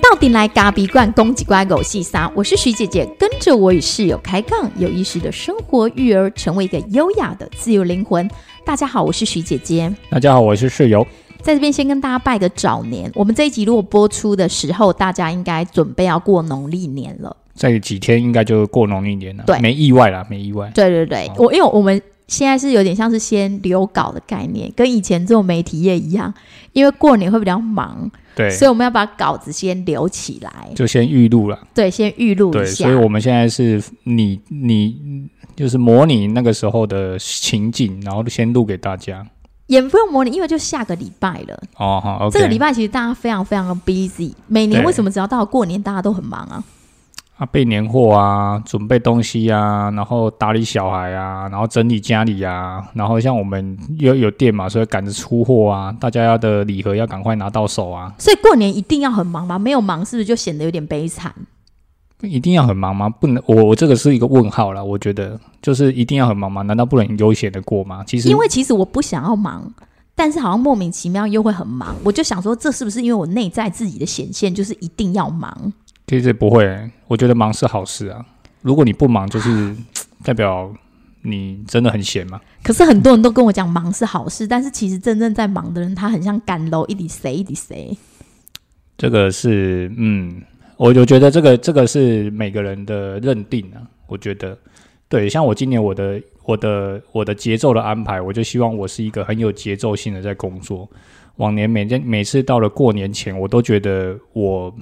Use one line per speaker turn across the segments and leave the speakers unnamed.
到底来嘎比罐攻击乖狗细沙，我是徐姐姐，跟着我与室友开杠，有意识的生活育儿，成为一个优雅的自由灵魂。大家好，我是徐姐姐，
大家好，我是室友。
在这边先跟大家拜个早年。我们这一集如果播出的时候，大家应该准备要过农历年了。
这几天应该就过农历年了，
对
没意外啦，没意外。
对对对，
哦
我因为我们现在是有点像是先留稿的概念，跟以前做媒体业一样，因为过年会比较忙，
对，
所以我们要把稿子先留起来，
就先预录了。
对，先预录
对，
一下
所以。我们现在是你你就是模拟那个时候的情景，然后先录给大家。
也不用模拟，因为就下个礼拜了。
哦，好，OK。
这个礼拜其实大家非常非常的 busy，每年
对
为什么只要到了过年大家都很忙啊？
啊，备年货啊，准备东西啊，然后打理小孩啊，然后整理家里啊，然后像我们又有店嘛，所以赶着出货啊，大家要的礼盒要赶快拿到手啊，
所以过年一定要很忙吗？没有忙是不是就显得有点悲惨？
一定要很忙吗？不能，我我这个是一个问号啦，我觉得就是一定要很忙吗？难道不能悠闲的过吗？其实
因为其实我不想要忙，但是好像莫名其妙又会很忙。我就想说，这是不是因为我内在自己的显现就是一定要忙？
其实不会、我觉得忙是好事啊。如果你不忙，就是 代表你真的很闲嘛。
可是很多人都跟我讲忙是好事，但是其实真正在忙的人，他很像赶楼一滴谁一滴谁。
这个是，嗯，我就觉得这个这个是每个人的认定啊。我觉得，对，像我今年我的我的我的节奏的安排，我就希望我是一个很有节奏性的在工作。往年每天每次到了过年前，我都觉得我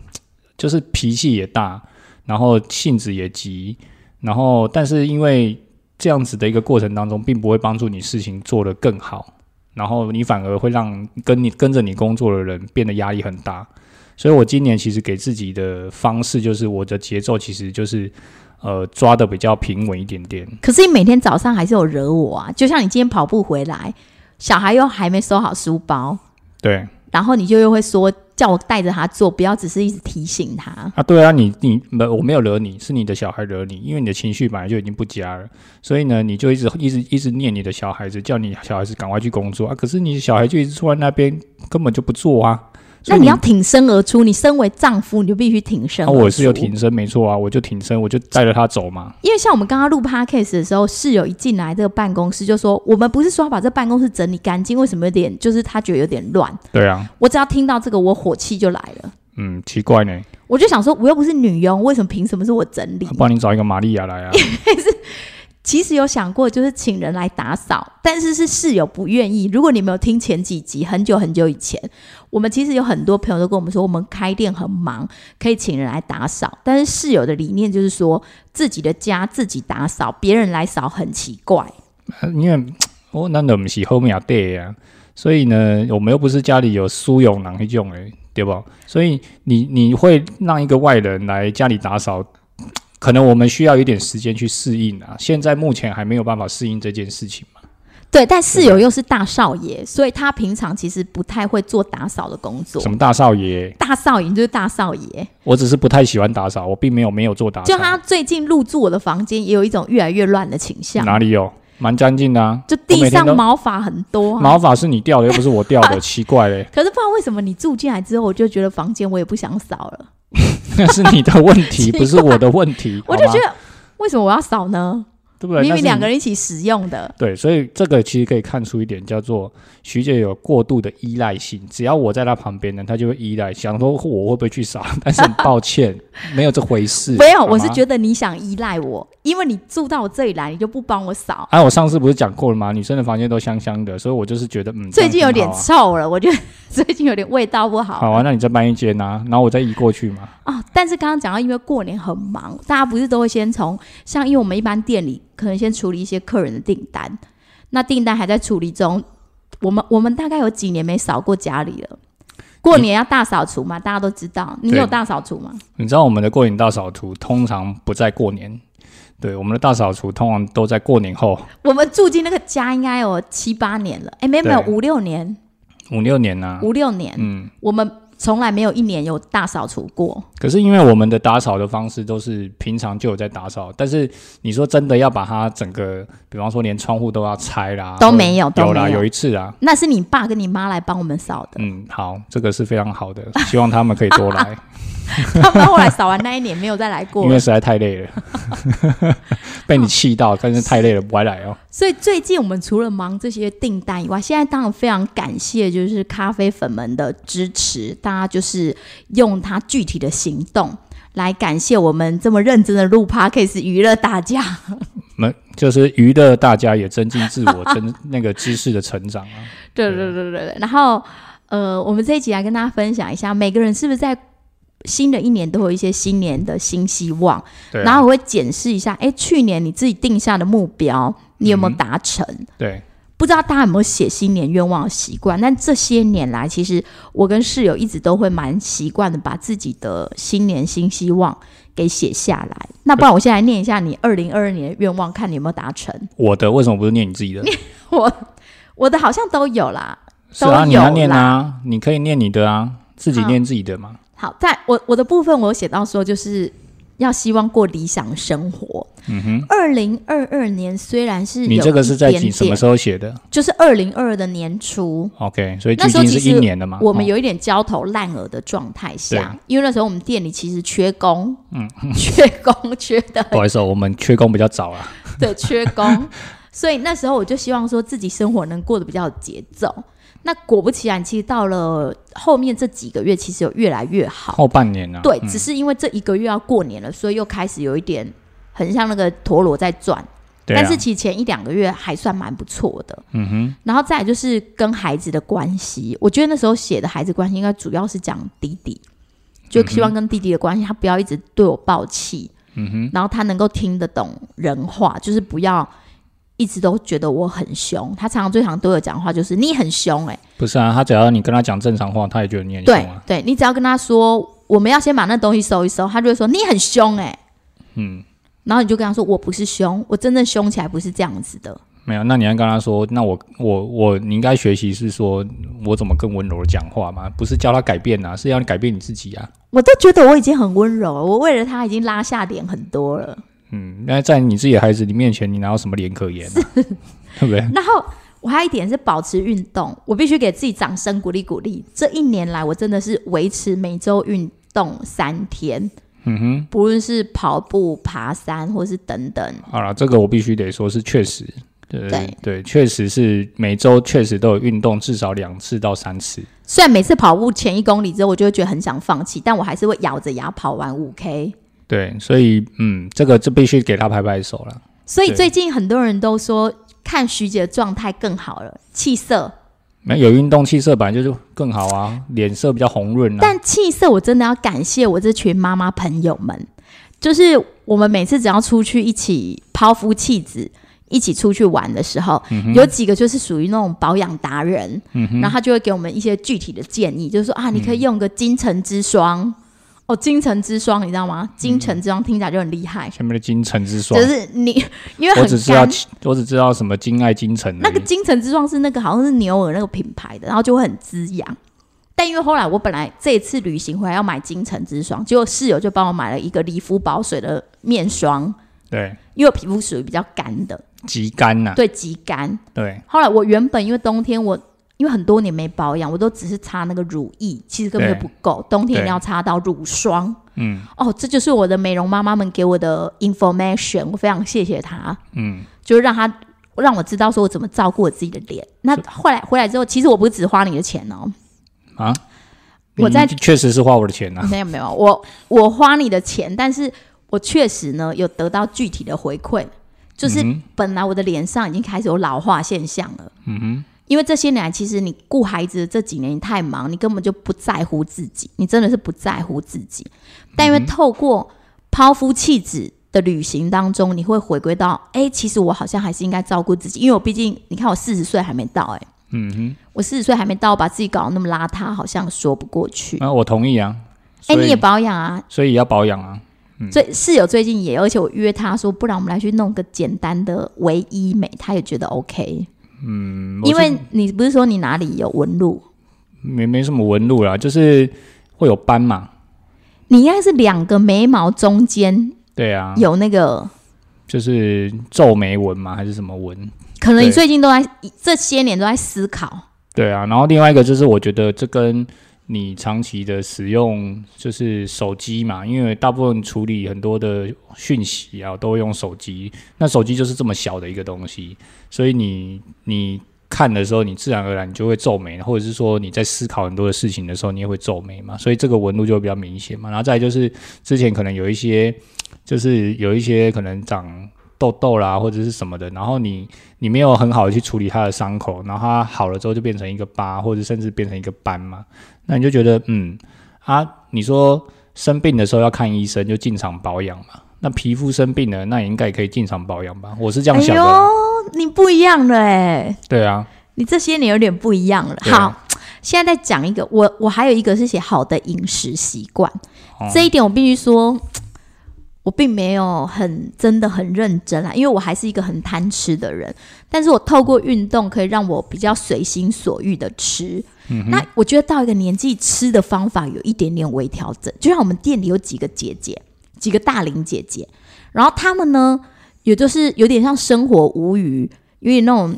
就是脾气也大，然后性子也急，然后但是因为这样子的一个过程当中，并不会帮助你事情做得更好，然后你反而会让跟你跟着你工作的人变得压力很大。所以我今年其实给自己的方式就是我的节奏其实就是呃抓的比较平稳一点点。
可是你每天早上还是有惹我啊，就像你今天跑步回来，小孩又还没收好书包，
对
然后你就又会说叫我带着他做，不要只是一直提醒他。
啊，对啊，你你没我没有惹你，是你的小孩惹你，因为你的情绪本来就已经不佳了，所以呢你就一直一直一直念你的小孩子，叫你小孩子赶快去工作啊，可是你小孩就一直坐在那边根本就不做啊。所
那
以
你要挺身而出，你身为丈夫，你就必须挺身
啊，
而出。
我是有挺身没错啊，我就挺身，我就带着他走嘛。
因为像我们刚刚录 podcast 的时候，室友一进来这个办公室就说：“我们不是说要把这办公室整理干净，为什么有点就是他觉得有点乱
对啊，？”
我只要听到这个，我火气就来了。
嗯，奇怪呢，
我就想说，我又不是女佣，为什么凭什么是我整理
啊？不然你找一个玛利亚来啊。
其实有想过，就是请人来打扫，但是是室友不愿意。如果你没有听前几集，很久很久以前，我们其实有很多朋友都跟我们说，我们开店很忙，可以请人来打扫，但是室友的理念就是说，自己的家自己打扫，别人来扫很奇怪。
啊因为我那我们是后面也对呀，啊所以呢，我们又不是家里有苏永郎那种诶，对吧？所以你你会让一个外人来家里打扫，可能我们需要一点时间去适应啊。现在目前还没有办法适应这件事情嘛。
对，但室友又是大少爷，所以他平常其实不太会做打扫的工作
什。么大少爷，
大少爷就是大少爷，
我只是不太喜欢打扫，我并没有没有做打扫。
就他最近入住我的房间，也有一种越来越乱的倾向，
哪里有？蛮干净的啊，
就地
每天
上
都
毛发很多、啊。
毛发是你掉的，又不是我掉 的，奇怪嘞，
可是不知道为什么你住进来之后，我就觉得房间我也不想扫了，
那是你的问题，
奇怪
不是我的问题，
我就
好吗
觉得为什么我要扫呢？
对不对？
明
那
明
是
两
你
个人一起使用的，
对，所以这个其实可以看出一点，叫做徐姐有过度的依赖性。只要我在她旁边呢，她就会依赖，想说我会不会去杀，但是很抱歉，没有这回 事。
没有，我是
得。
觉得你想依赖我，因为你住到我这里来，你就不帮我扫，
哎、啊，我上次不是讲过了吗？女生的房间都香香的，所以我就是觉得，嗯，
最近有点
差。
臭了，我觉得 最近有点味道不好。
好啊，那你再搬一间啊，然后我再移过去嘛。
啊、但是刚刚讲到，因为过年很忙，大家不是都会先从像，因为我们一般店里可能先处理一些客人的订单，那订单还在处理中。我们我们大概有几年没扫过家里了，过年要大扫除嘛，大家都知道。你
对
有大扫除吗？
你知道我们的过年大扫除通常不在过年，对，我们的大扫除通常都在过年后
我们住进那个家应该有七八年了，哎，没有没有
对
五六年，
五六年呐、啊。
五六年。
嗯，
我们从来没有一年有大扫除过。
可是因为我们的打扫的方式都是平常就有在打扫，但是你说真的要把它整个，比方说连窗户都要拆啦，
都没有
或者
都
有
没
啦，
有
有一次啊，
那是你爸跟你妈来帮我们扫的，
嗯，好，这个是非常好的，希望他们可以多 来，
他们后来扫完那一年没有再来过
因为实在太累了，被你气到，但是太累了，不爱来哦。
所以最近我们除了忙这些订单以外，现在当然非常感谢就是咖啡粉们的支持，大家就是用它具体的行动来感谢我们这么认真的录 podcast 娱乐大家。
没，就是娱乐大家，也增进自我增那个知识的成长啊。
对对对对对。然后呃，我们这一集来跟大家分享一下，每个人是不是在新的一年都有一些新年的新希望？
对
然
啊，
后我会检视一下，哎，去年你自己定下的目标，你有没有达成？
对，
不知道大家有没有写新年愿望的习惯？但这些年来，其实我跟室友一直都会蛮习惯的，把自己的新年新希望给写下来。那不然我现在念一下你二零二二年的愿望，看你有没有达成。
我的为什么不是念你自己 的？
我我的好像都有啦。
是啊，
都
你要
有
念
啦
啊，你可以念你的啊，自己
好
念自己的嘛。
好，在我我的部分，我有写到说，就是要希望过理想生活。
嗯哼，
二零二二年虽然是
你
有
这个是在
一
几
点
什么
点，
时候写的
就是二零二二的年初，
？OK，所以
那
距
时候
今
其
是一
实
年了嘛？
我们
哦
有一点焦头烂额的状态下
对，
因为那时候我们店里其实缺工，嗯， 缺工缺的
不好意思哦，我们缺工比较早啊。
对，缺 工，所以那时候我就希望说自己生活能过得比较有节奏。那果不其然，其实到了后面这几个月，其实有越来越好。
后半年啊。
对，
嗯
只是因为这一个月要过年了，所以又开始有一点很像那个陀螺在转。
对啊
但是其实前一两个月还算蛮不错的，
嗯哼，
然后再来就是跟孩子的关系，我觉得那时候写的孩子关系应该主要是讲弟弟，就希望跟弟弟的关系，他不要一直对我爆气，
嗯哼，
然后他能够听得懂人话，就是不要一直都觉得我很凶。他常常最常对我讲话就是你很凶、欸，
不是啊，他只要你跟他讲正常话，他也觉得你很凶
对
啊。
对，你只要跟他说我们要先把那东西收一收，他就会说你很凶哎、
嗯，
然后你就跟他说我不是凶，我真正凶起来不是这样子的。
没有，那你要跟他说，那我我我，你应该学习是说我怎么更温柔的讲话嘛，不是叫他改变啊，是要你改变你自己啊。
我都觉得我已经很温柔了，我为了他已经拉下脸很多了。
嗯，那在你自己的孩子你面前，你哪有什么脸 可言、啊？对不对？
然后我还有一点是保持运动，我必须给自己掌声鼓励鼓励。这一年来，我真的是维持每周运动三天，
嗯哼，
不论是跑步、爬山或是等等。
好了，这个我必须得说是确实，对
对
对，确实是每周确实都有运动，至少两次到三次。
虽然每次跑步前一公里之后，我就会觉得很想放弃，但我还是会咬着牙跑完五 K。
对，所以嗯，这个这必须给他拍拍手了。
所以
对
最近很多人都说看徐姐的状态更好了，气色。
没有运动，气色本来就是更好啊，脸色比较红润啊。
但气色我真的要感谢我这群妈妈朋友们，就是我们每次只要出去一起抛夫弃子。一起出去玩的时候，有几个就是属于那种保养达人，然后他就会给我们一些具体的建议，就是说啊，你可以用个金城之霜，哦，金城之霜你知道吗？金城之霜听起来就很厉害，
前面的金城之霜
就，是你 因为
我
很
只知道
干，
我只知道什么金爱金城
那
而
个
已。
金城之霜是那个好像是牛耳那个品牌的，然后就会很滋养。但因为后来我本来这一次旅行回来要买金城之霜，结果室友就帮我买了一个理肤保水的面霜，
对，
因为我皮肤属于比较干的，
极干呐、
对极干。
对，
后来我原本因为冬天我因为很多年没保养，我都只是擦那个乳液，其实根本就不够，冬天一定要擦到乳霜。
嗯
哦，这就是我的美容妈妈们给我的 information，我非常谢谢她。
嗯，
就是让他让我知道说我怎么照顾我自己的脸。那后来回来之后，其实我不是只花你的钱哦，
啊，
我在
你确实是花我的钱呐、啊
没有没有，我我花你的钱，但是我确实呢有得到具体的回馈，就是
嗯
本来我的脸上已经开始有老化现象了。
嗯哼，
因为这些年来，其实你顾孩子的这几年，你太忙，你根本就不在乎自己，你真的是不在乎自己。但因
嗯
为透过抛夫弃子的旅行当中，你会回归到，哎、其实我好像还是应该照顾自己，因为我毕竟，你看我四十岁还没到、哎，
嗯哼，
我四十岁还没到，把自己搞得那么邋遢，好像说不过去。
那、我同意啊。
哎、
所以
你也保养啊。
所以也要保养啊。
所以室友最近也，而且我约他说，不然我们来去弄个简单的唯医美，他也觉得 OK。
嗯，我
因
是
为你不是说你哪里有纹路，
没没什么纹路啦，就是会有斑嘛。
你应该是两个眉毛中间
对啊，
有那个，
就是皱眉纹嘛，还是什么纹？
可能你
对
最近都在这些年都在思考，
对啊，然后另外一个就是，我觉得这跟你长期的使用就是手机嘛，因为大部分处理很多的讯息啊，都会用手机。那手机就是这么小的一个东西，所以你你看的时候，你自然而然你就会皱眉，或者是说你在思考很多的事情的时候，你也会皱眉嘛，所以这个纹路就会比较明显嘛。然后再来就是之前可能有一些，就是有一些可能长。痘痘啦，或者是什么的，然后你你没有很好的去处理它的伤口，然后它好了之后就变成一个疤，或者甚至变成一个斑嘛，那你就觉得嗯啊，你说生病的时候要看医生，就进场保养嘛。那皮肤生病了，那你应该也可以进场保养吧？我是这样
哎
想
呦
的啊，，
你不一样了哎、
对啊，
你这些年有点不一样了。
对啊
好，现在再讲一个，我我还有一个是写好的饮食习惯，
哦
这一点我必须说，我并没有很真的很认真啊啦，因为我还是一个很贪吃的人。但是我透过运动可以让我比较随心所欲的吃。
嗯
那我觉得到一个年纪，吃的方法有一点点微调整。就像我们店里有几个姐姐，几个大龄姐姐，然后她们呢，也就是有点像生活无余，有点那种，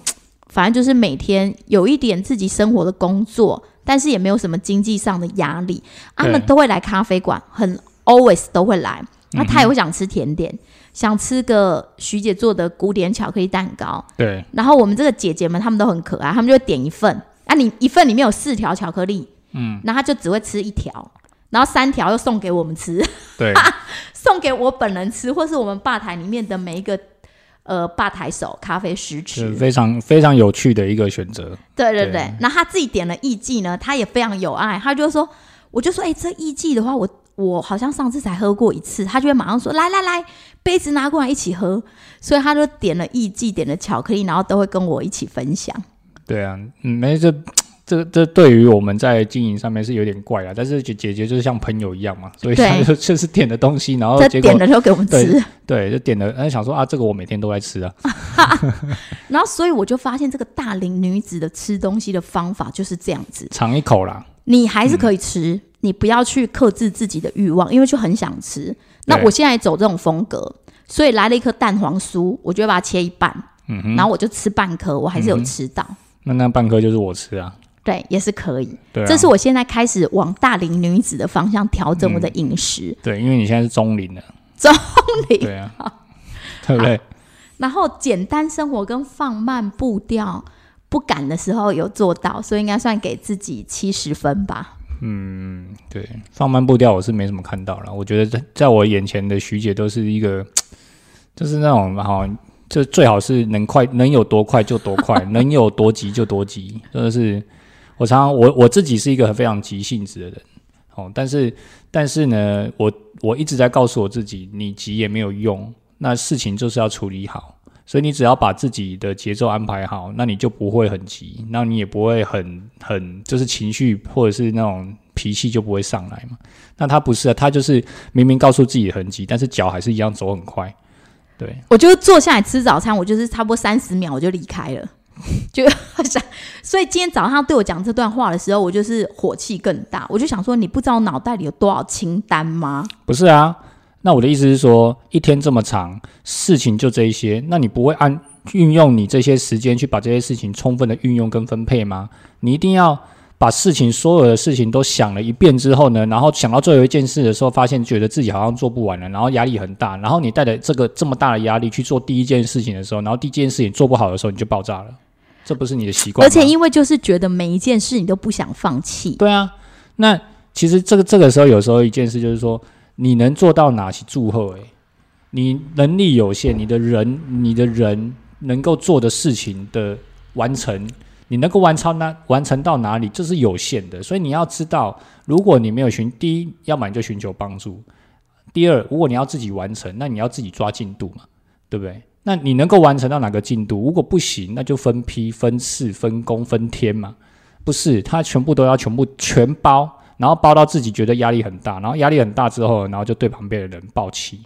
反正就是每天有一点自己生活的工作，但是也没有什么经济上的压力。她们
对
都会来咖啡馆，很 always 都会来。那她也会想吃甜点，想吃个徐姐做的古典巧克力蛋糕，
对，
然后我们这个姐姐们，她们都很可爱，她们就会点一份。啊，你一份里面有四条巧克力，嗯，然后她就只会吃一条，然后三条又送给我们吃，
对，
送给我本人吃，或是我们吧台里面的每一个呃吧台手、咖啡师
是
吃。
非常非常有趣的一个选择。
对对对
对，
然后她自己点了艺妓呢，她也非常有爱，她就说，我就说，哎、这艺妓的话，我我好像上次才喝过一次，她就会马上说，来来来，杯子拿过来一起喝，所以她就点了艺妓，点了巧克力，然后都会跟我一起分享。
对啊，嗯，没这这这对于我们在经营上面是有点怪啊，但是姐姐姐就是像朋友一样嘛，所以
对
她 就就是点的东西，然后
这
哦结
点
果
了就给我们吃
对。对就点了，哎，想说啊，这个我每天都在吃啊，
然后，所以我就发现这个大龄女子的吃东西的方法就是这样子，
尝一口啦，
你还是
嗯
可以吃，你不要去克制自己的欲望，因为就很想吃。那我现在走这种风格，所以来了一颗蛋黄酥，我就会把它切一半，
嗯
然后我就吃半颗，我还是有吃到，
那那半颗就是我吃啊，
对，也是可以。
对啊，
这是我现在开始往大龄女子的方向调整我的饮食。
对，因为你现在是中龄了，
中龄
对啊，对不对？
然后简单生活跟放慢步调，不赶的时候有做到，所以应该算给自己七十分吧。
嗯，对，放慢步调我是没什么看到了，我觉得在在我眼前的徐姐都是一个，就是那种好像。就最好是能快，能有多快就多快， 能有多急就多急。真的是，我常常我我自己是一个非常急性子的人，哦，但是但是呢，我我一直在告诉我自己，你急也没有用，那事情就是要处理好。所以你只要把自己的节奏安排好，那你就不会很急，那你也不会很很就是情绪或者是那种脾气就不会上来嘛。那他不是啊，他就是明明告诉自己很急，但是脚还是一样走很快。对，
我就坐下来吃早餐，我就是差不多三十秒我就离开了， 就想。所以今天早上他对我讲这段话的时候，我就是火气更大。我就想说，你不知道我脑袋里有多少清单吗？
不是啊，那我的意思是说，一天这么长，事情就这一些，那你不会按运用你这些时间去把这些事情充分的运用跟分配吗？你一定要把事情所有的事情都想了一遍之后呢，然后想到最后一件事的时候，发现觉得自己好像做不完了，然后压力很大，然后你带着这个这么大的压力去做第一件事情的时候，然后第一件事情做不好的时候，你就爆炸了，这不是你的习惯吗？
而且因为就是觉得每一件事你都不想放弃，
对啊，那其实这个这个时候，有时候一件事就是说，你能做到哪些祝贺？诶，你能力有限，你的人，你的人能够做的事情的完成，你能够完超那完成到哪里，这是有限的。所以你要知道，如果你没有寻，第一，要么你就寻求帮助；第二，如果你要自己完成，那你要自己抓进度嘛，对不对？那你能够完成到哪个进度？如果不行，那就分批、分次、分工、分天嘛。不是，他全部都要全部全包，然后包到自己觉得压力很大，然后压力很大之后，然后就对旁边的人爆气。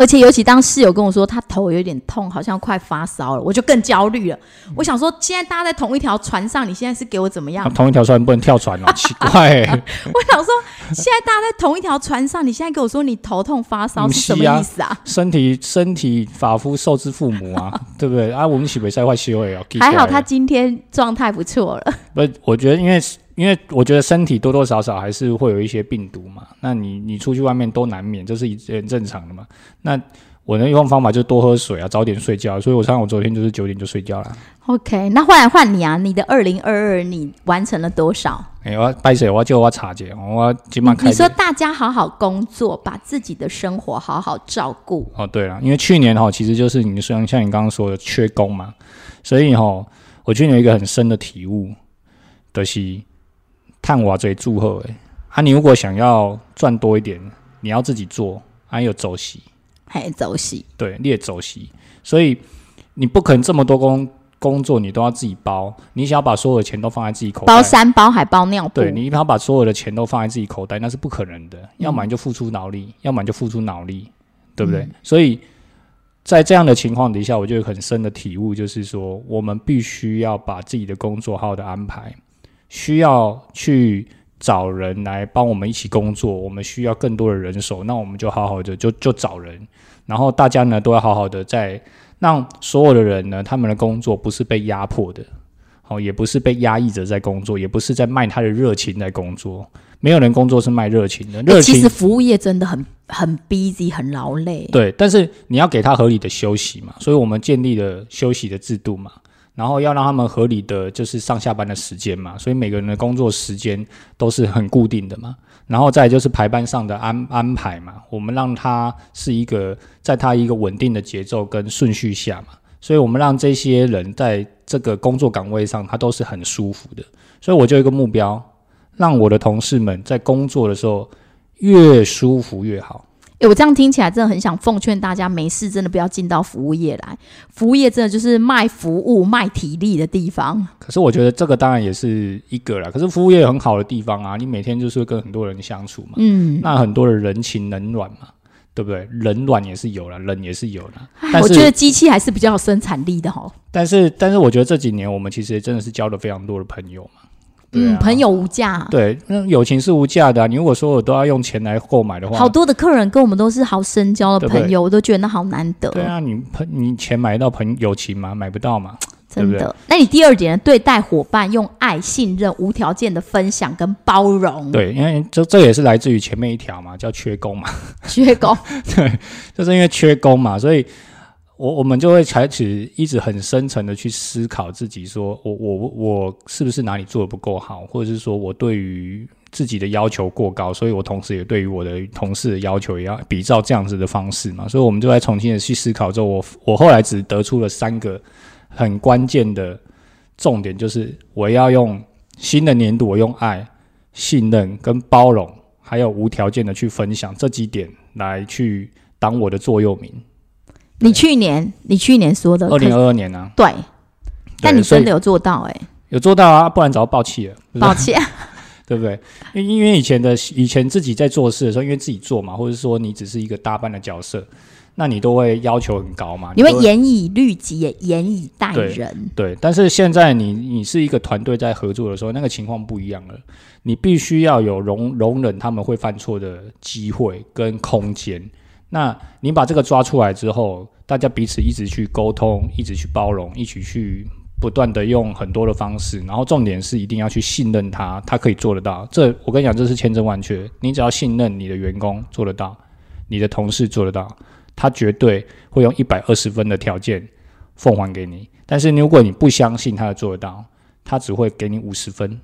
而且尤其当室友跟我说他头有点痛，好像快发烧了，我就更焦虑了。
嗯
我想说，现在大家在同一条船上，你现在是给我怎么样
啊？同一条船不能跳船哦，奇 怪、欸，
我想说，现在大家在同一条船上，你现在跟我说你头痛发烧
不
是
是
什么意思啊？
身体身体发肤受之父母啊，对不对？啊，我们岂不赛坏修哎哦，奇怪
还好他今天状态不错了，
不，我觉得因为因为我觉得身体多多少少还是会有一些病毒嘛，那你你出去外面都难免，这是一很正常的嘛。那我的用方法就是多喝水啊，早点睡觉，所以我常常我昨天就是九点就睡觉了。
OK，那换来换你啊，你的二零二二你完成了多少？
哎、我拜谁？我叫我查姐，我今晚开
你
始
说大家好好工作，把自己的生活好好照顾。
哦，对了，因为去年哈、其实就是你像像你刚刚说的缺工嘛，所以哈、我去年有一个很深的体悟，就是探瓦最祝贺哎，啊，你如果想要赚多一点，你要自己做，还、啊、有走席，
嘿，走戏
对，列走席，所以你不可能这么多工工作你都要自己包，你想要把所有的钱都放在自己口袋
包，山包海包尿布，
对你一定要把所有的钱都放在自己口袋，那是不可能的。要么你就付出脑力，要么你就付出脑力，对不对？所以在这样的情况底下，我就有很深的体悟，就是说，我们必须要把自己的工作好好的安排，需要去找人来帮我们一起工作，我们需要更多的人手，那我们就好好的就就找人，然后大家呢都要好好的在让所有的人呢，他们的工作不是被压迫的，哦，也不是被压抑着在工作，也不是在卖他的热情在工作，没有人工作是卖热情的，
欸
热
其
情
实服务业真的很很 busy，很劳累。
对，但是你要给他合理的休息嘛，所以我们建立了休息的制度嘛，然后要让他们合理的就是上下班的时间嘛，所以每个人的工作时间都是很固定的嘛，然后再来就是排班上的安安排嘛，我们让他是一个在他一个稳定的节奏跟顺序下嘛，所以我们让这些人在这个工作岗位上他都是很舒服的，所以我就有一个目标，让我的同事们在工作的时候越舒服越好。
欸我这样听起来真的很想奉劝大家，没事真的不要进到服务业来，服务业真的就是卖服务、卖体力的地方。
可是我觉得这个当然也是一个啦。可是服务业有很好的地方啊，你每天就是会跟很多人相处嘛，
嗯，
那很多的人情冷暖嘛，对不对？冷暖也是有啦，冷也是有啦。
哎
但
我
是
觉得机器还是比较有生产力的哦。
但是但是我觉得这几年我们其实也真的是交了非常多的朋友嘛，对啊
嗯，朋友无价啊、
对，那友情是无价的、啊。你如果说我都要用钱来购买的话，
好多的客人跟我们都是好深交的
对不对
朋友，我都觉得那好难得，
对啊，你朋你钱买得到朋友情吗？买不到嘛。
真
对不
的。那你第二点，对待伙伴用爱、信任、无条件的分享跟包容，
对，因为这这也是来自于前面一条嘛，叫缺工嘛。
缺 工，
就是因为缺工嘛，所以我我们就会采取一直很深层的去思考自己说我我我是不是哪里做的不够好，或者是说我对于自己的要求过高，所以我同时也对于我的同事的要求也要比照这样子的方式嘛，所以我们就在重新的去思考之后，我我后来只得出了三个很关键的重点，就是我要用新的年度，我用爱、信任跟包容，还有无条件的去分享这几点来去当我的座右铭。
你去年你去年说的，
二零
呃可
二二年啊，
对，但
对
你
所以
真的有做到哎、
有做到啊，不然早就爆气了，不是
抱歉，
对不对？因因为以前的以前自己在做事的时候，因为自己做嘛，或者说你只是一个搭班的角色，那你都会要求 很高嘛，
你会
都
严以律己，也严以待
对
人，
对，但是现在你你是一个团队在合作的时候，那个情况不一样了。你必须要有容容忍他们会犯错的机会跟空间。那你把这个抓出来之后，大家彼此一直去沟通，一直去包容，一起去不断的用很多的方式，然后重点是一定要去信任他，他可以做得到。这我跟你讲，这是千真万确。你只要信任你的员工做得到，你的同事做得到，他绝对会用一百二十分的条件奉还给你。但是如果你不相信他做得到，他只会给你五十分，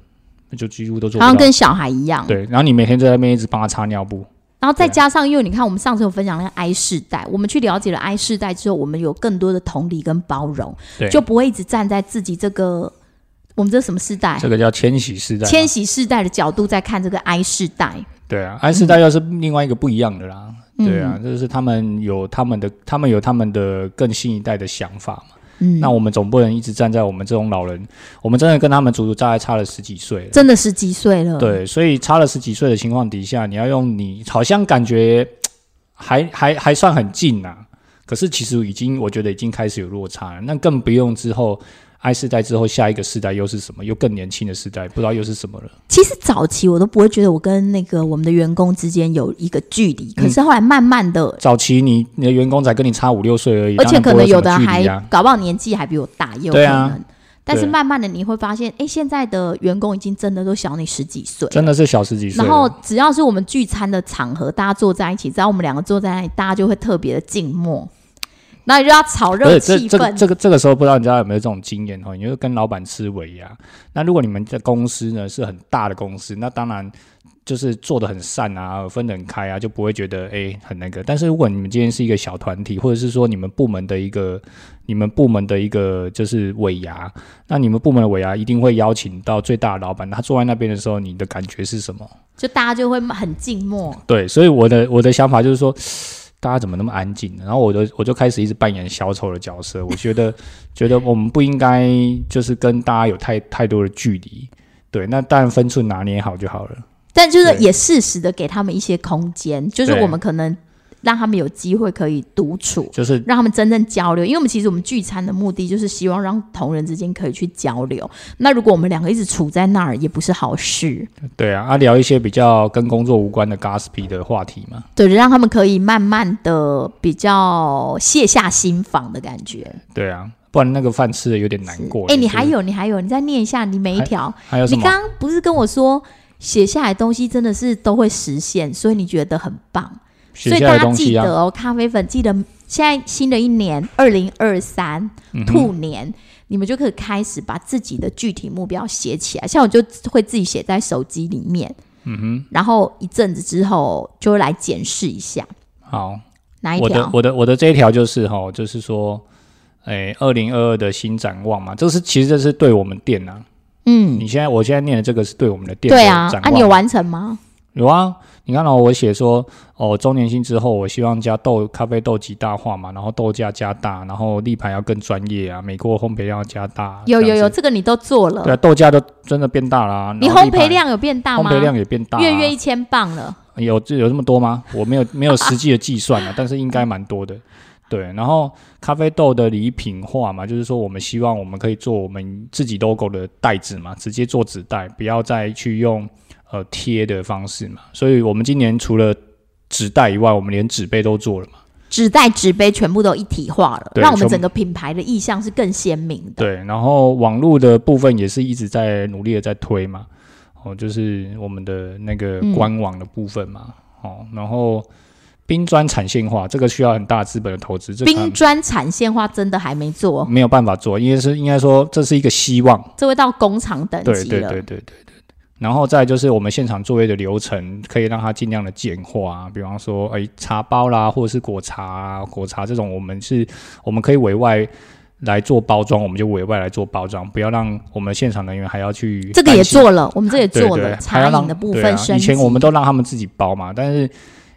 那就几乎都做
好
不
像
到。
跟小孩一样。
对，然后你每天在那边一直帮他擦尿布，
然后再
对啊
加上，因为你看，我们上次有分享那个 I 世代，我们去了解了 I 世代之后，我们有更多的同理跟包容，
对
就不会一直站在自己这个我们这什么世代
这个叫千禧世代嘛。
千禧世代的角度在看这个 I 世代。
对啊，I 世代又是另外一个不一样的啦。对啊，就是他们有他们的，他们有他们的更新一代的想法嘛。
嗯，
那我们总不能一直站在我们这种老人，我们真的跟他们足足大概差了十几岁了。
真的十
嗯
几岁了，，
对，所以差了十几岁的情况底下，你要用你好像感觉还还还算很近呐、可是其实已经我觉得已经开始有落差了，那更不用之后 I 世代之后下一个世代又是什么，又更年轻的世代，不知道又是什么了。
其实早期我都不会觉得我跟那个我们的员工之间有一个距离，
嗯
可是后来慢慢的，
早期你你的员工才跟你差五六岁而已，
而且
当然不
可
会
能
有
有的
什么距
还、
离啊
搞不好年纪还比我大，也有可
对
能。
啊
但是
对
慢慢的你会发现，哎，现在的员工已经真的都小你十几岁了，
真的是小十几岁
然
了。
后只要是我们聚餐的场合，大家坐在一起，只要我们两个坐在那里，大家就会特别的静默，那就要炒
不
热
是这
气
这个
氛。
这个这个时候，不知道你知道有没有这种经验哦？你就跟老板吃尾牙。那如果你们的公司呢是很大的公司，那当然就是做的很散啊，分得很开啊，就不会觉得哎、很那个。但是如果你们今天是一个小团体，或者是说你们部门的一个你们部门的一个就是尾牙，那你们部门的尾牙一定会邀请到最大的老板，他坐在那边的时候，你的感觉是什么？
就大家就会很静默，
对，所以我的我的想法就是说，大家怎么那么安静呢？然后我就我就开始一直扮演小丑的角色。我觉得 觉得我们不应该就是跟大家有太太多的距离。对，那当然分寸拿捏好就好了。
但就是
对
也适时的给他们一些空间，就是
对
我们可能让他们有机会可以独处，
就是
让他们真正交流。因为我们其实我们聚餐的目的就是希望让同仁之间可以去交流。那如果我们两个一直处在那儿，也不是好事。
对啊，啊聊一些比较跟工作无关的 gossip 的话题嘛。
对，让他们可以慢慢的比较卸下心防的感觉。
对啊，不然那个饭吃的有点难过。
哎、你
就是
还有，你还有，你再念一下，你每一条。
还有什
你
么？
刚刚不是跟我说写下来的东西真的是都会实现，所以你觉得很棒。所
写
以
下
大
的
家
东
记
西啊
得，哦，咖啡粉记得现在新的一年二零二三
嗯
兔年，你们就可以开始把自己的具体目标写起来。像我就会自己写在手机里面，嗯哼，然后一阵子之后就会来检视一下
好。
哪一
我的
条。
我的我的这一条就是哈，就是说，哎，二零二二的新展望嘛，这是其实这是对我们店啊。
嗯，
你现在我现在念的这个是对我们的店的
对啊，
展
啊，
望。
你有完成吗？
有啊，你看到、我写说哦，周年庆之后，我希望加豆咖啡豆极大化嘛，然后豆价加大，然后立牌要更专业啊，美国烘焙量要加大。
有
这
有
样
有，
子，
这个你都做了
对。啊，豆价都真的变大啦、啊然后
你
立
烘焙
牌
量有变大
烘
吗？
焙量也变大、啊，
月月一千磅了，
有这有这么多吗？我没有没有实际的计算啊，但是应该蛮多的。对，然后咖啡豆的礼品化嘛，就是说我们希望我们可以做我们自己 logo 的袋子嘛，直接做纸袋，不要再去用呃贴的方式嘛。所以我们今年除了纸袋以外，我们连纸杯都做了嘛。
纸袋、纸杯全部都一体化了，
对
让我们
全部
整个品牌的意向是更鲜明的。
对，然后网络的部分也是一直在努力的在推嘛。哦，就是我们的那个
嗯
官网的部分嘛。哦，然后冰砖产线化，这个需要很大资本的投资，这个还
冰砖产线化真的还没做，哦
没有办法做，因为是应该说这是一个希望，
这会到工厂等
对
级
对对
了。
对对对。然后再就是我们现场作业的流程，可以让它尽量的简化、比方说，哎，茶包啦，或者是果茶啊，果茶这种，我们是我们可以委外来做包装，我们就委外来做包装，不要让我们现场人员还要去
这个也
担心
做了，我们这个也
对
做了，，
对还
茶
要让
饮的部
对
分
啊
升
以
级。
前我们都让他们自己包嘛，但是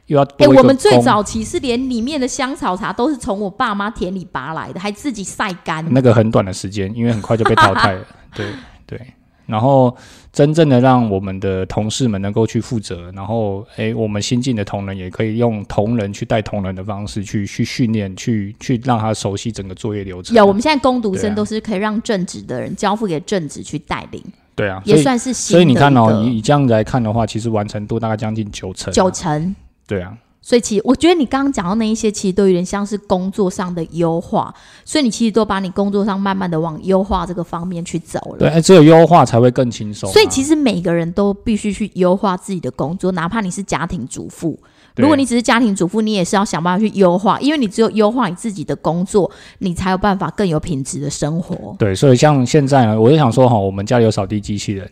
又要
哎，
多一
我
个
们最
工
早期是连里面的香草茶都是从我爸妈田里拔来的，还自己晒干。
那个很短的时间，因为很快就被淘汰了。 对对，然后真正的让我们的同事们能够去负责，然后诶，我们新进的同仁也可以用同仁去带同仁的方式去去训练，去去让他熟悉整个作业流程。
有，我们现在工读
对啊
生都是可以让正职的人交付给正职去带领，
对啊，所
也
以
算是新
所
的
以你看
一
哦，
个
以以这样子来看的话，其实完成度大概将近九成啊、
九成。
对啊，
所以其实我觉得你刚刚讲到那一些，其实都有点像是工作上的优化，所以你其实都把你工作上慢慢的往优化这个方面去走
对，
了。
诶只有优化才会更轻松啊、
所以其实每个人都必须去优化自己的工作，哪怕你是家庭主妇，
对
如果你只是家庭主妇，你也是要想办法去优化，因为你只有优化你自己的工作，你才有办法更有品质的生活。
对，所以像现在呢，我就想说哈，我们家里有扫地机器人，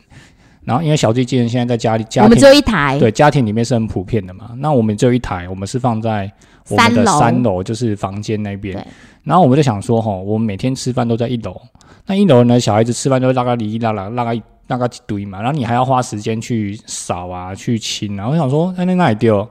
然后因为扫地机器人现在在家里家
我
庭
们只有一台，
对，家庭里面是很普遍的嘛。那我们只有一台，我们是放在我们的
三楼
三楼，就是房间那边
对。
然后我们就想说，吼，我们每天吃饭都在一楼，那一楼呢，小孩子吃饭都会拉个里拉拉拉个拉个一堆嘛，然后你还要花时间去扫啊，去清啊。我想说，哎，那那里丢。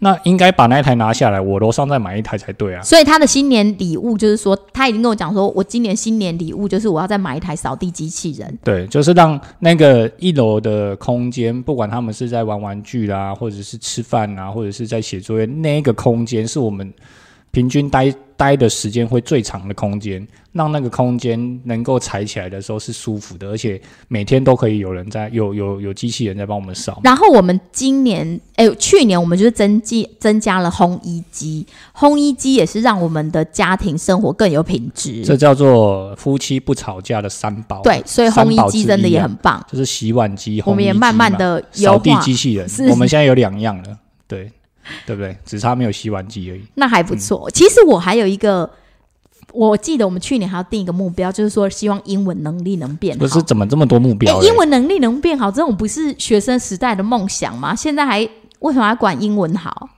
那应该把那一台拿下来，我楼上再买一台才对啊。
所以他的新年礼物就是说，他已经跟我讲说，我今年新年礼物就是我要再买一台扫地机器人。
对，就是让那个一楼的空间，不管他们是在玩玩具啦，或者是吃饭啊，或者是在写作业，那个空间是我们平均待待的时间会最长的空间，让那个空间能够踩起来的时候是舒服的，而且每天都可以有人在，有有有机器人在帮我们扫。
然后我们今年，哎，去年我们就是增进增加了烘衣机，烘衣机也是让我们的家庭生活更有品
这
质。
叫做夫妻不吵架的三宝。啊
对，，所以烘衣机真的也很棒。
就是洗碗机、
我们也
烘衣机
慢慢
嘛
的优
扫地
化，
机器人
是，
我们现在有两样了，对对不对？只差没有洗碗机而已。
那还不
嗯
错。其实我还有一个，我记得我们去年还要定一个目标，就是说希望英文能力能变好。
不是怎么这么多目标欸
哎、
嘞？
英文能力能变好，这种不是学生时代的梦想吗？现在还为什么还管英文好？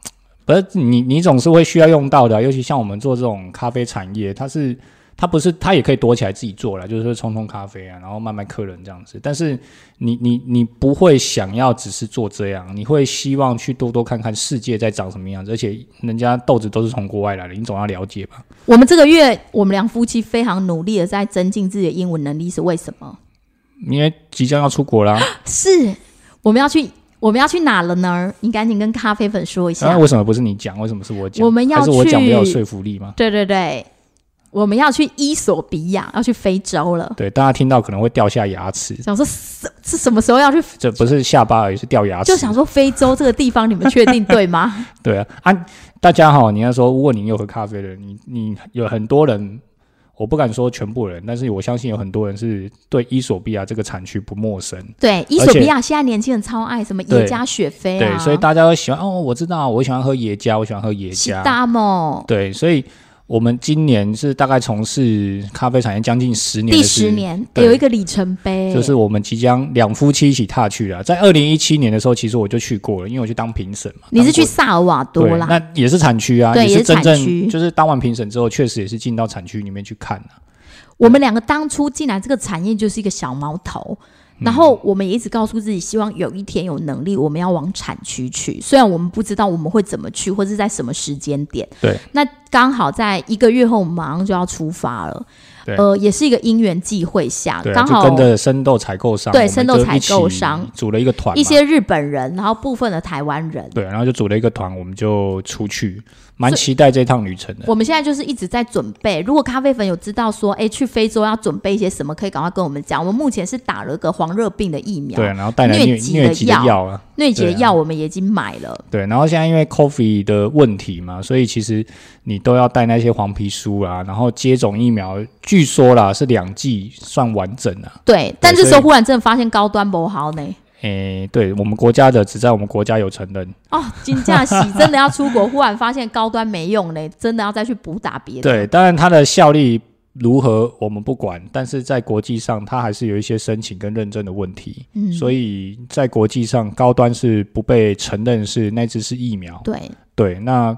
不是你，你总是会需要用到的啊、尤其像我们做这种咖啡产业，它是它不是它也可以躲起来自己做了，就是说冲冲咖啡啊，然后卖卖客人这样子。但是你你你不会想要只是做这样，你会希望去多多看看世界在长什么样子，而且人家豆子都是从国外来的，你总要了解吧？
我们这个月，我们两夫妻非常努力的在增进自己的英文能力，是为什么？
因为即将要出国啦，
是我们要去，我们要去哪了呢？你赶紧跟咖啡粉说一
那、
下。
啊为什么不是你讲？为什么是我讲？
我们要
还是我讲
去
比较有说服力吗？
对对对，我们要去伊索比亚，要去非洲了。
对，大家听到可能会掉下牙齿，
想说是是什么时候要去？
这不是下巴而已，啊是掉牙齿。
就想说非洲这个地方，你们确定对 吗？
对啊，啊，大家好，你要说，如果你有喝咖啡的人，你你有很多人，我不敢说全部人，但是我相信有很多人是对伊索比亚这个产区不陌生，
对，伊索比亚现在年轻人超爱什么耶加雪菲啊，
对，所以大家都喜欢哦，我知道，我喜欢喝野加，我喜欢喝野
西
加，
大莫
对，所以我们今年是大概从事咖啡产业将近十年，
第十。年
对
有一个里程碑，
就是我们即将两夫妻一起踏去啊，在二零一七年的时候，其实我就去过了，因为我去当评审嘛。
你是去
当过
萨尔瓦多
对，
啦，
那也是产区啊，
对也
是
是
真
产区
正就是当完评审之后，确实也是进到产区里面去看啊。
我们两个当初进来这个产业就是一个小毛头，
嗯
然后我们也一直告诉自己，希望有一天有能力，我们要往产区去。虽然我们不知道我们会怎么去，或是在什么时间点。
对。
那刚好在一个月后，我们马上就要出发了。
对
呃，也是一个因缘际会下
对，啊，
刚
就
好
跟着生豆采购商，
对
我们
生豆
就
采
一起
购商
组了一个团嘛，
一些日本人，然后部分的台湾人。
对，然后就组了一个团，我们就出去，蛮
所以
期待这趟旅程的。
我们现在就是一直在准备。如果咖啡粉有知道说，哎，去非洲要准备一些什么，可以赶快跟我们讲。我们目前是打了个黄热病的疫苗，
对，然后带来
疟
疟
疾的
疟疾的
药
药啊，
疟疾的
对啊
药我们也已经买了。
对，然后现在因为 coffee 的问题嘛，所以其实你都要带那些黄皮书啊，然后接种疫苗，据说啦是两剂算完整啊，
对，但这时候
所以
忽然真的发现高端不好呢。
诶，对我们国家的只在我们国家有承认，
哦，金价 喜真的要出国，忽然发现高端没用呢，真的要再去补打别的。
对，当然它的效力如何我们不管，但是在国际上它还是有一些申请跟认证的问题，
嗯
所以在国际上高端是不被承认是那只是疫苗。
对，
对，那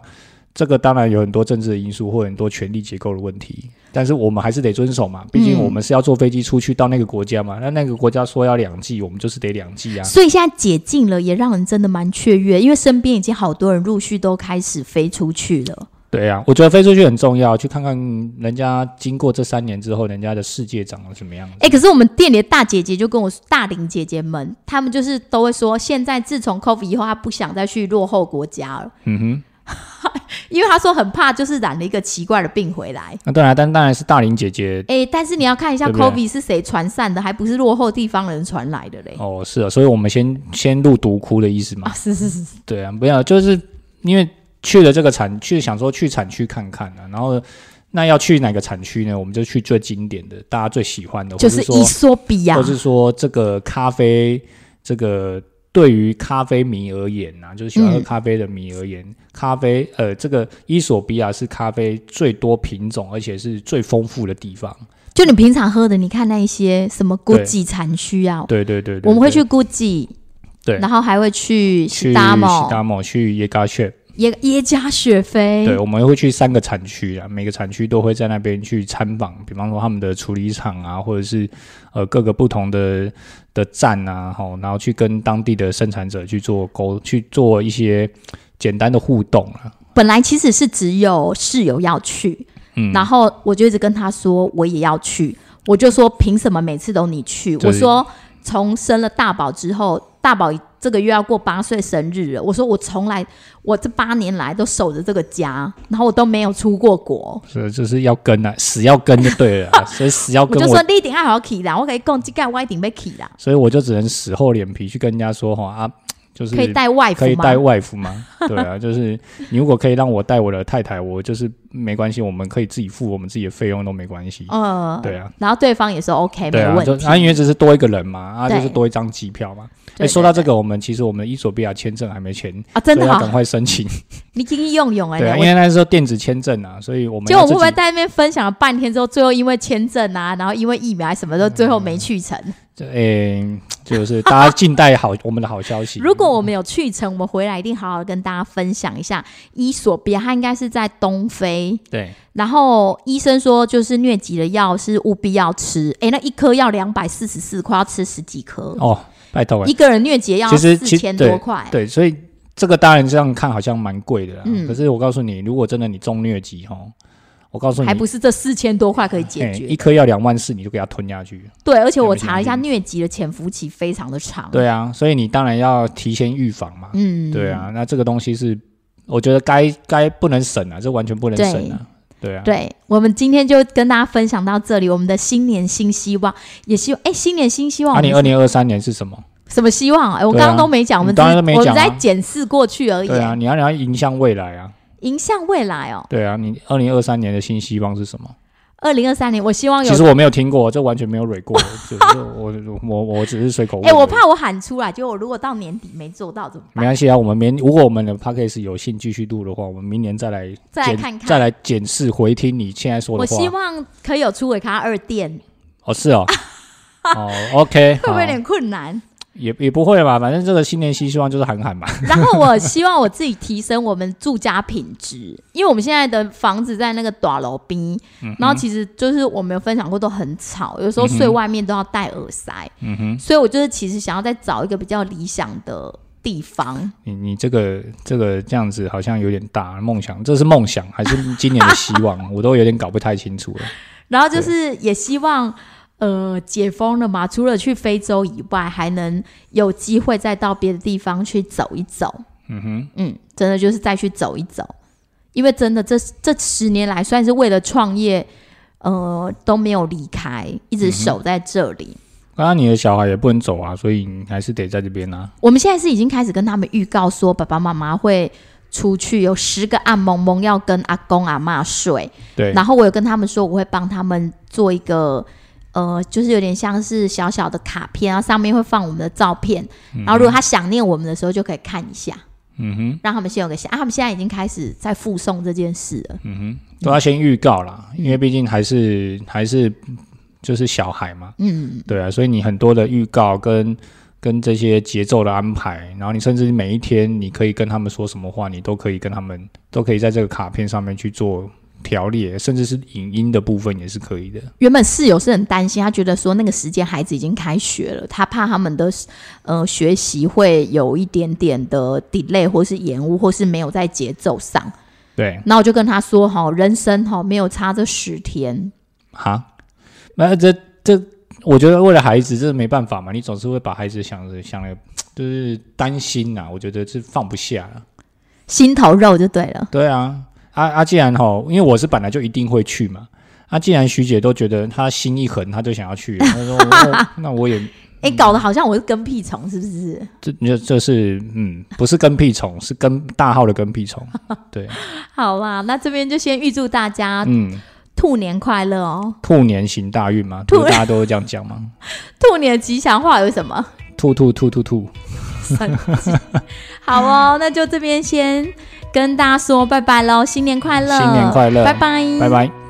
这个当然有很多政治的因素或很多权力结构的问题，但是我们还是得遵守嘛，毕竟
嗯
我们是要坐飞机出去到那个国家嘛，那那个国家说要两剂，我们就是得两剂啊。
所以现在解禁了，也让人真的蛮雀跃，因为身边已经好多人陆续都开始飞出去了。
对啊，我觉得飞出去很重要，去看看人家经过这三年之后，人家的世界长了什么样子。
哎、可是我们店里的大姐姐就跟我大龄姐姐们，她们就是都会说，现在自从 COVID 以后，她不想再去落后国家了，
嗯哼。
因为她说很怕就是染了一个奇怪的病回来。
那当然，但当然是大龄姐姐
哎、但是你要看一下
对不对
COVID 是谁传散的，还不是落后地方人传来的嘞。
哦，是啊，所以我们先先入毒窟的意思嘛
啊，。是是是，是
对啊，不要就是因为去了这个产，去想说去产区看看啊，然后那要去哪个产区呢？我们就去最经典的，大家最喜欢的，
就
或
是
是
伊
说，
索比啊亚
或，是说这个咖啡，这个对于咖啡迷而言呐、啊，就是喜欢喝
嗯
咖啡的迷而言，咖啡呃，这个伊索比亚是咖啡最多品种，而且是最丰富的地方。
就你平常喝的，你看那一些什么
对
Gucci 产区啊，
对对对对
我们会去
对
Gucci，
对
然后还会去 s
去
t a m
西
o
达摩去耶加雪。
耶耶加雪菲，
对，我们会去三个产区啊，每个产区都会在那边去参访，比方说他们的处理厂啊，或者是呃各个不同的的站啊，吼，然后去跟当地的生产者去做沟，去做一些简单的互动啊了。
本来其实是只有室友要去，
嗯，
然后我就一直跟他说我也要去，我就说凭什么每次都你去？
对
我说从生了大宝之后，大宝这个月要过八岁生日了，我说我从来我这八年来都守着这个家，然后我都没有出过国。
所以就是要跟啊，死要跟就对了啊、所以死要
我
跟
就
我，
说你一定要好好起啦，我可以供膝盖，我一定被起啦，
所以我就只能死厚脸皮去跟人家说哈啊，就是
可以带外服
可以
吗？
带外服吗？对啊，就是你如果可以让我带我的太太，我就是没关系，我们可以自己付我们自己的费用都没关系。
呃，
对啊，
然后对方也说 OK，
对
没
啊，就
问题。
啊，因为只是多一个人嘛，啊，
对
就是多一张机票嘛。
对
哎，说到这
对
个，我们其实我们伊索比亚签证还没签，
啊，真
所
的
以要赶
哈，
快 申请。
你今天用用哎，
对啊，因
我
为那时候电子签证啊，所以我们
结果
要
我
自
会不会
己
在那边分享了半天之后，最后因为签证啊，然后因为疫苗啊什么的，最后没去成？
就诶，就是大家静待好我们的好消息。
如果我们有去成，我们回来一定好好跟大家分享一下。伊索比亚它应该是在东非，
对
然后医生说就是疟疾的药是务必要吃，哎诶，那一颗要两百四十四块，要吃十几颗，
哦，拜托
一
欸
个人疟疾要
其实
四
其
千多块，
对，所以这个当然这样看好像蛮贵的啦。
嗯
可是我告诉你，如果真的你中疟疾哈，我告诉你
还，不是这四千多块可以解
嘿
决
一颗要两万四，你就给它吞下去。
对，而且
嗯还
我
没
查了一下，
想
疟疾的潜伏期非常的长。，
对啊，所以你当然要提前预防嘛。
嗯，
对，啊，那这个东西是我觉得该该不能省啊，这完全不能省啊。对啊，
对，我们今天就跟大家分享到这里，我们的新年新希望，也希望哎，新年新希望，
那
我们
啊你二零二三年是什么？
什么希望啊？哎，我
对啊
刚刚都没讲，我们
你
只
当
是
然都没
我
讲
们
啊
在检视过去而已，
对啊，你要你要迎向未来啊。
迎向未来哦。
对啊，你二零二三年的新希望是什么？
二零二三年，我希哦望有
其实我没有听过，这完全没有蕊过， 就是我我我只是随口问。
哎、我怕我喊出来，结果我如果到年底没做到怎么
没
办？
关系啊，我们明如果我们的 p a c k a g e 有幸继续录的话，我们明年再来检
再来看看
再来检视回听你现在说
我
的
希
话。
望可以有出尾咖二店，
哦，是哦，哦，OK，
会不
好
会有点困难？
也也不会吧，反正这个新年新希望就是喊喊嘛。
然后我希望我自己提升我们住家品质，因为我们现在的房子在那个短楼
嗯
边，然后其实就是我们有分享过都很吵，有时候睡外面都要戴耳塞，
嗯哼，
所以我就是其实想要再找一个比较理想的地方。
你你这个这个这样子好像有点大梦想，这是梦想还是今年的希望？我 都有点搞不太清楚了。
然后就是也希望，呃，解封了嘛，除了去非洲以外，还能有机会再到别的地方去走一走。
嗯哼，
嗯，真的就是再去走一走，因为真的这这十年来算是为了创业，呃，都没有离开，
嗯
一直守在这里。
刚啊刚你的小孩也不能走啊，所以你还是得在这边啊。
我们现在是已经开始跟他们预告说，爸爸妈妈会出去，有十个暗蒙蒙要跟阿公阿妈睡。
对，
然后我有跟他们说，我会帮他们做一个。呃，就是有点像是小小的卡片，然后上面会放我们的照片，然后如果他想念我们的时候，就可以看一下，
嗯哼，
让他们先有个想。啊他们现在已经开始在附送这件事了，
都要先预告啦，因为毕竟还是还是就是小孩嘛，
嗯，
对啊，所以你很多的预告跟跟这些节奏的安排，然后你甚至每一天你可以跟他们说什么话，你都可以跟他们都可以在这个卡片上面去做条列，甚至是影音的部分也是可以的。
原本室友是很担心，他觉得说那个时间孩子已经开学了，他怕他们的呃学习会有一点点的 delay 或是延误，或是没有在节奏上。
对，
那我就跟他说哈，人生哈没有差这十天，
哈，那这这，我觉得为了孩子，这没办法嘛，你总是会把孩子想着想着，就是担心呐、啊我觉得是放不下啦
心头肉就对了。
对啊，啊啊，既然吼，因为我是本来就一定会去嘛。啊，既然徐姐都觉得她心一横，她就想要去了，她说我那我也
哎、搞得好像我是跟屁虫是不是？
这这这是嗯，不是跟屁虫，是跟大号的跟屁虫。对，
好啦，那这边就先预祝大家
嗯，
兔年快乐哦！
兔年行大运嘛，
兔
不是大家都会这样讲吗？
兔年的吉祥话有什么？
兔兔兔兔兔，
好哦，那就这边先跟大家说拜拜喽，新年快乐，
新年快乐
拜拜，
拜。拜。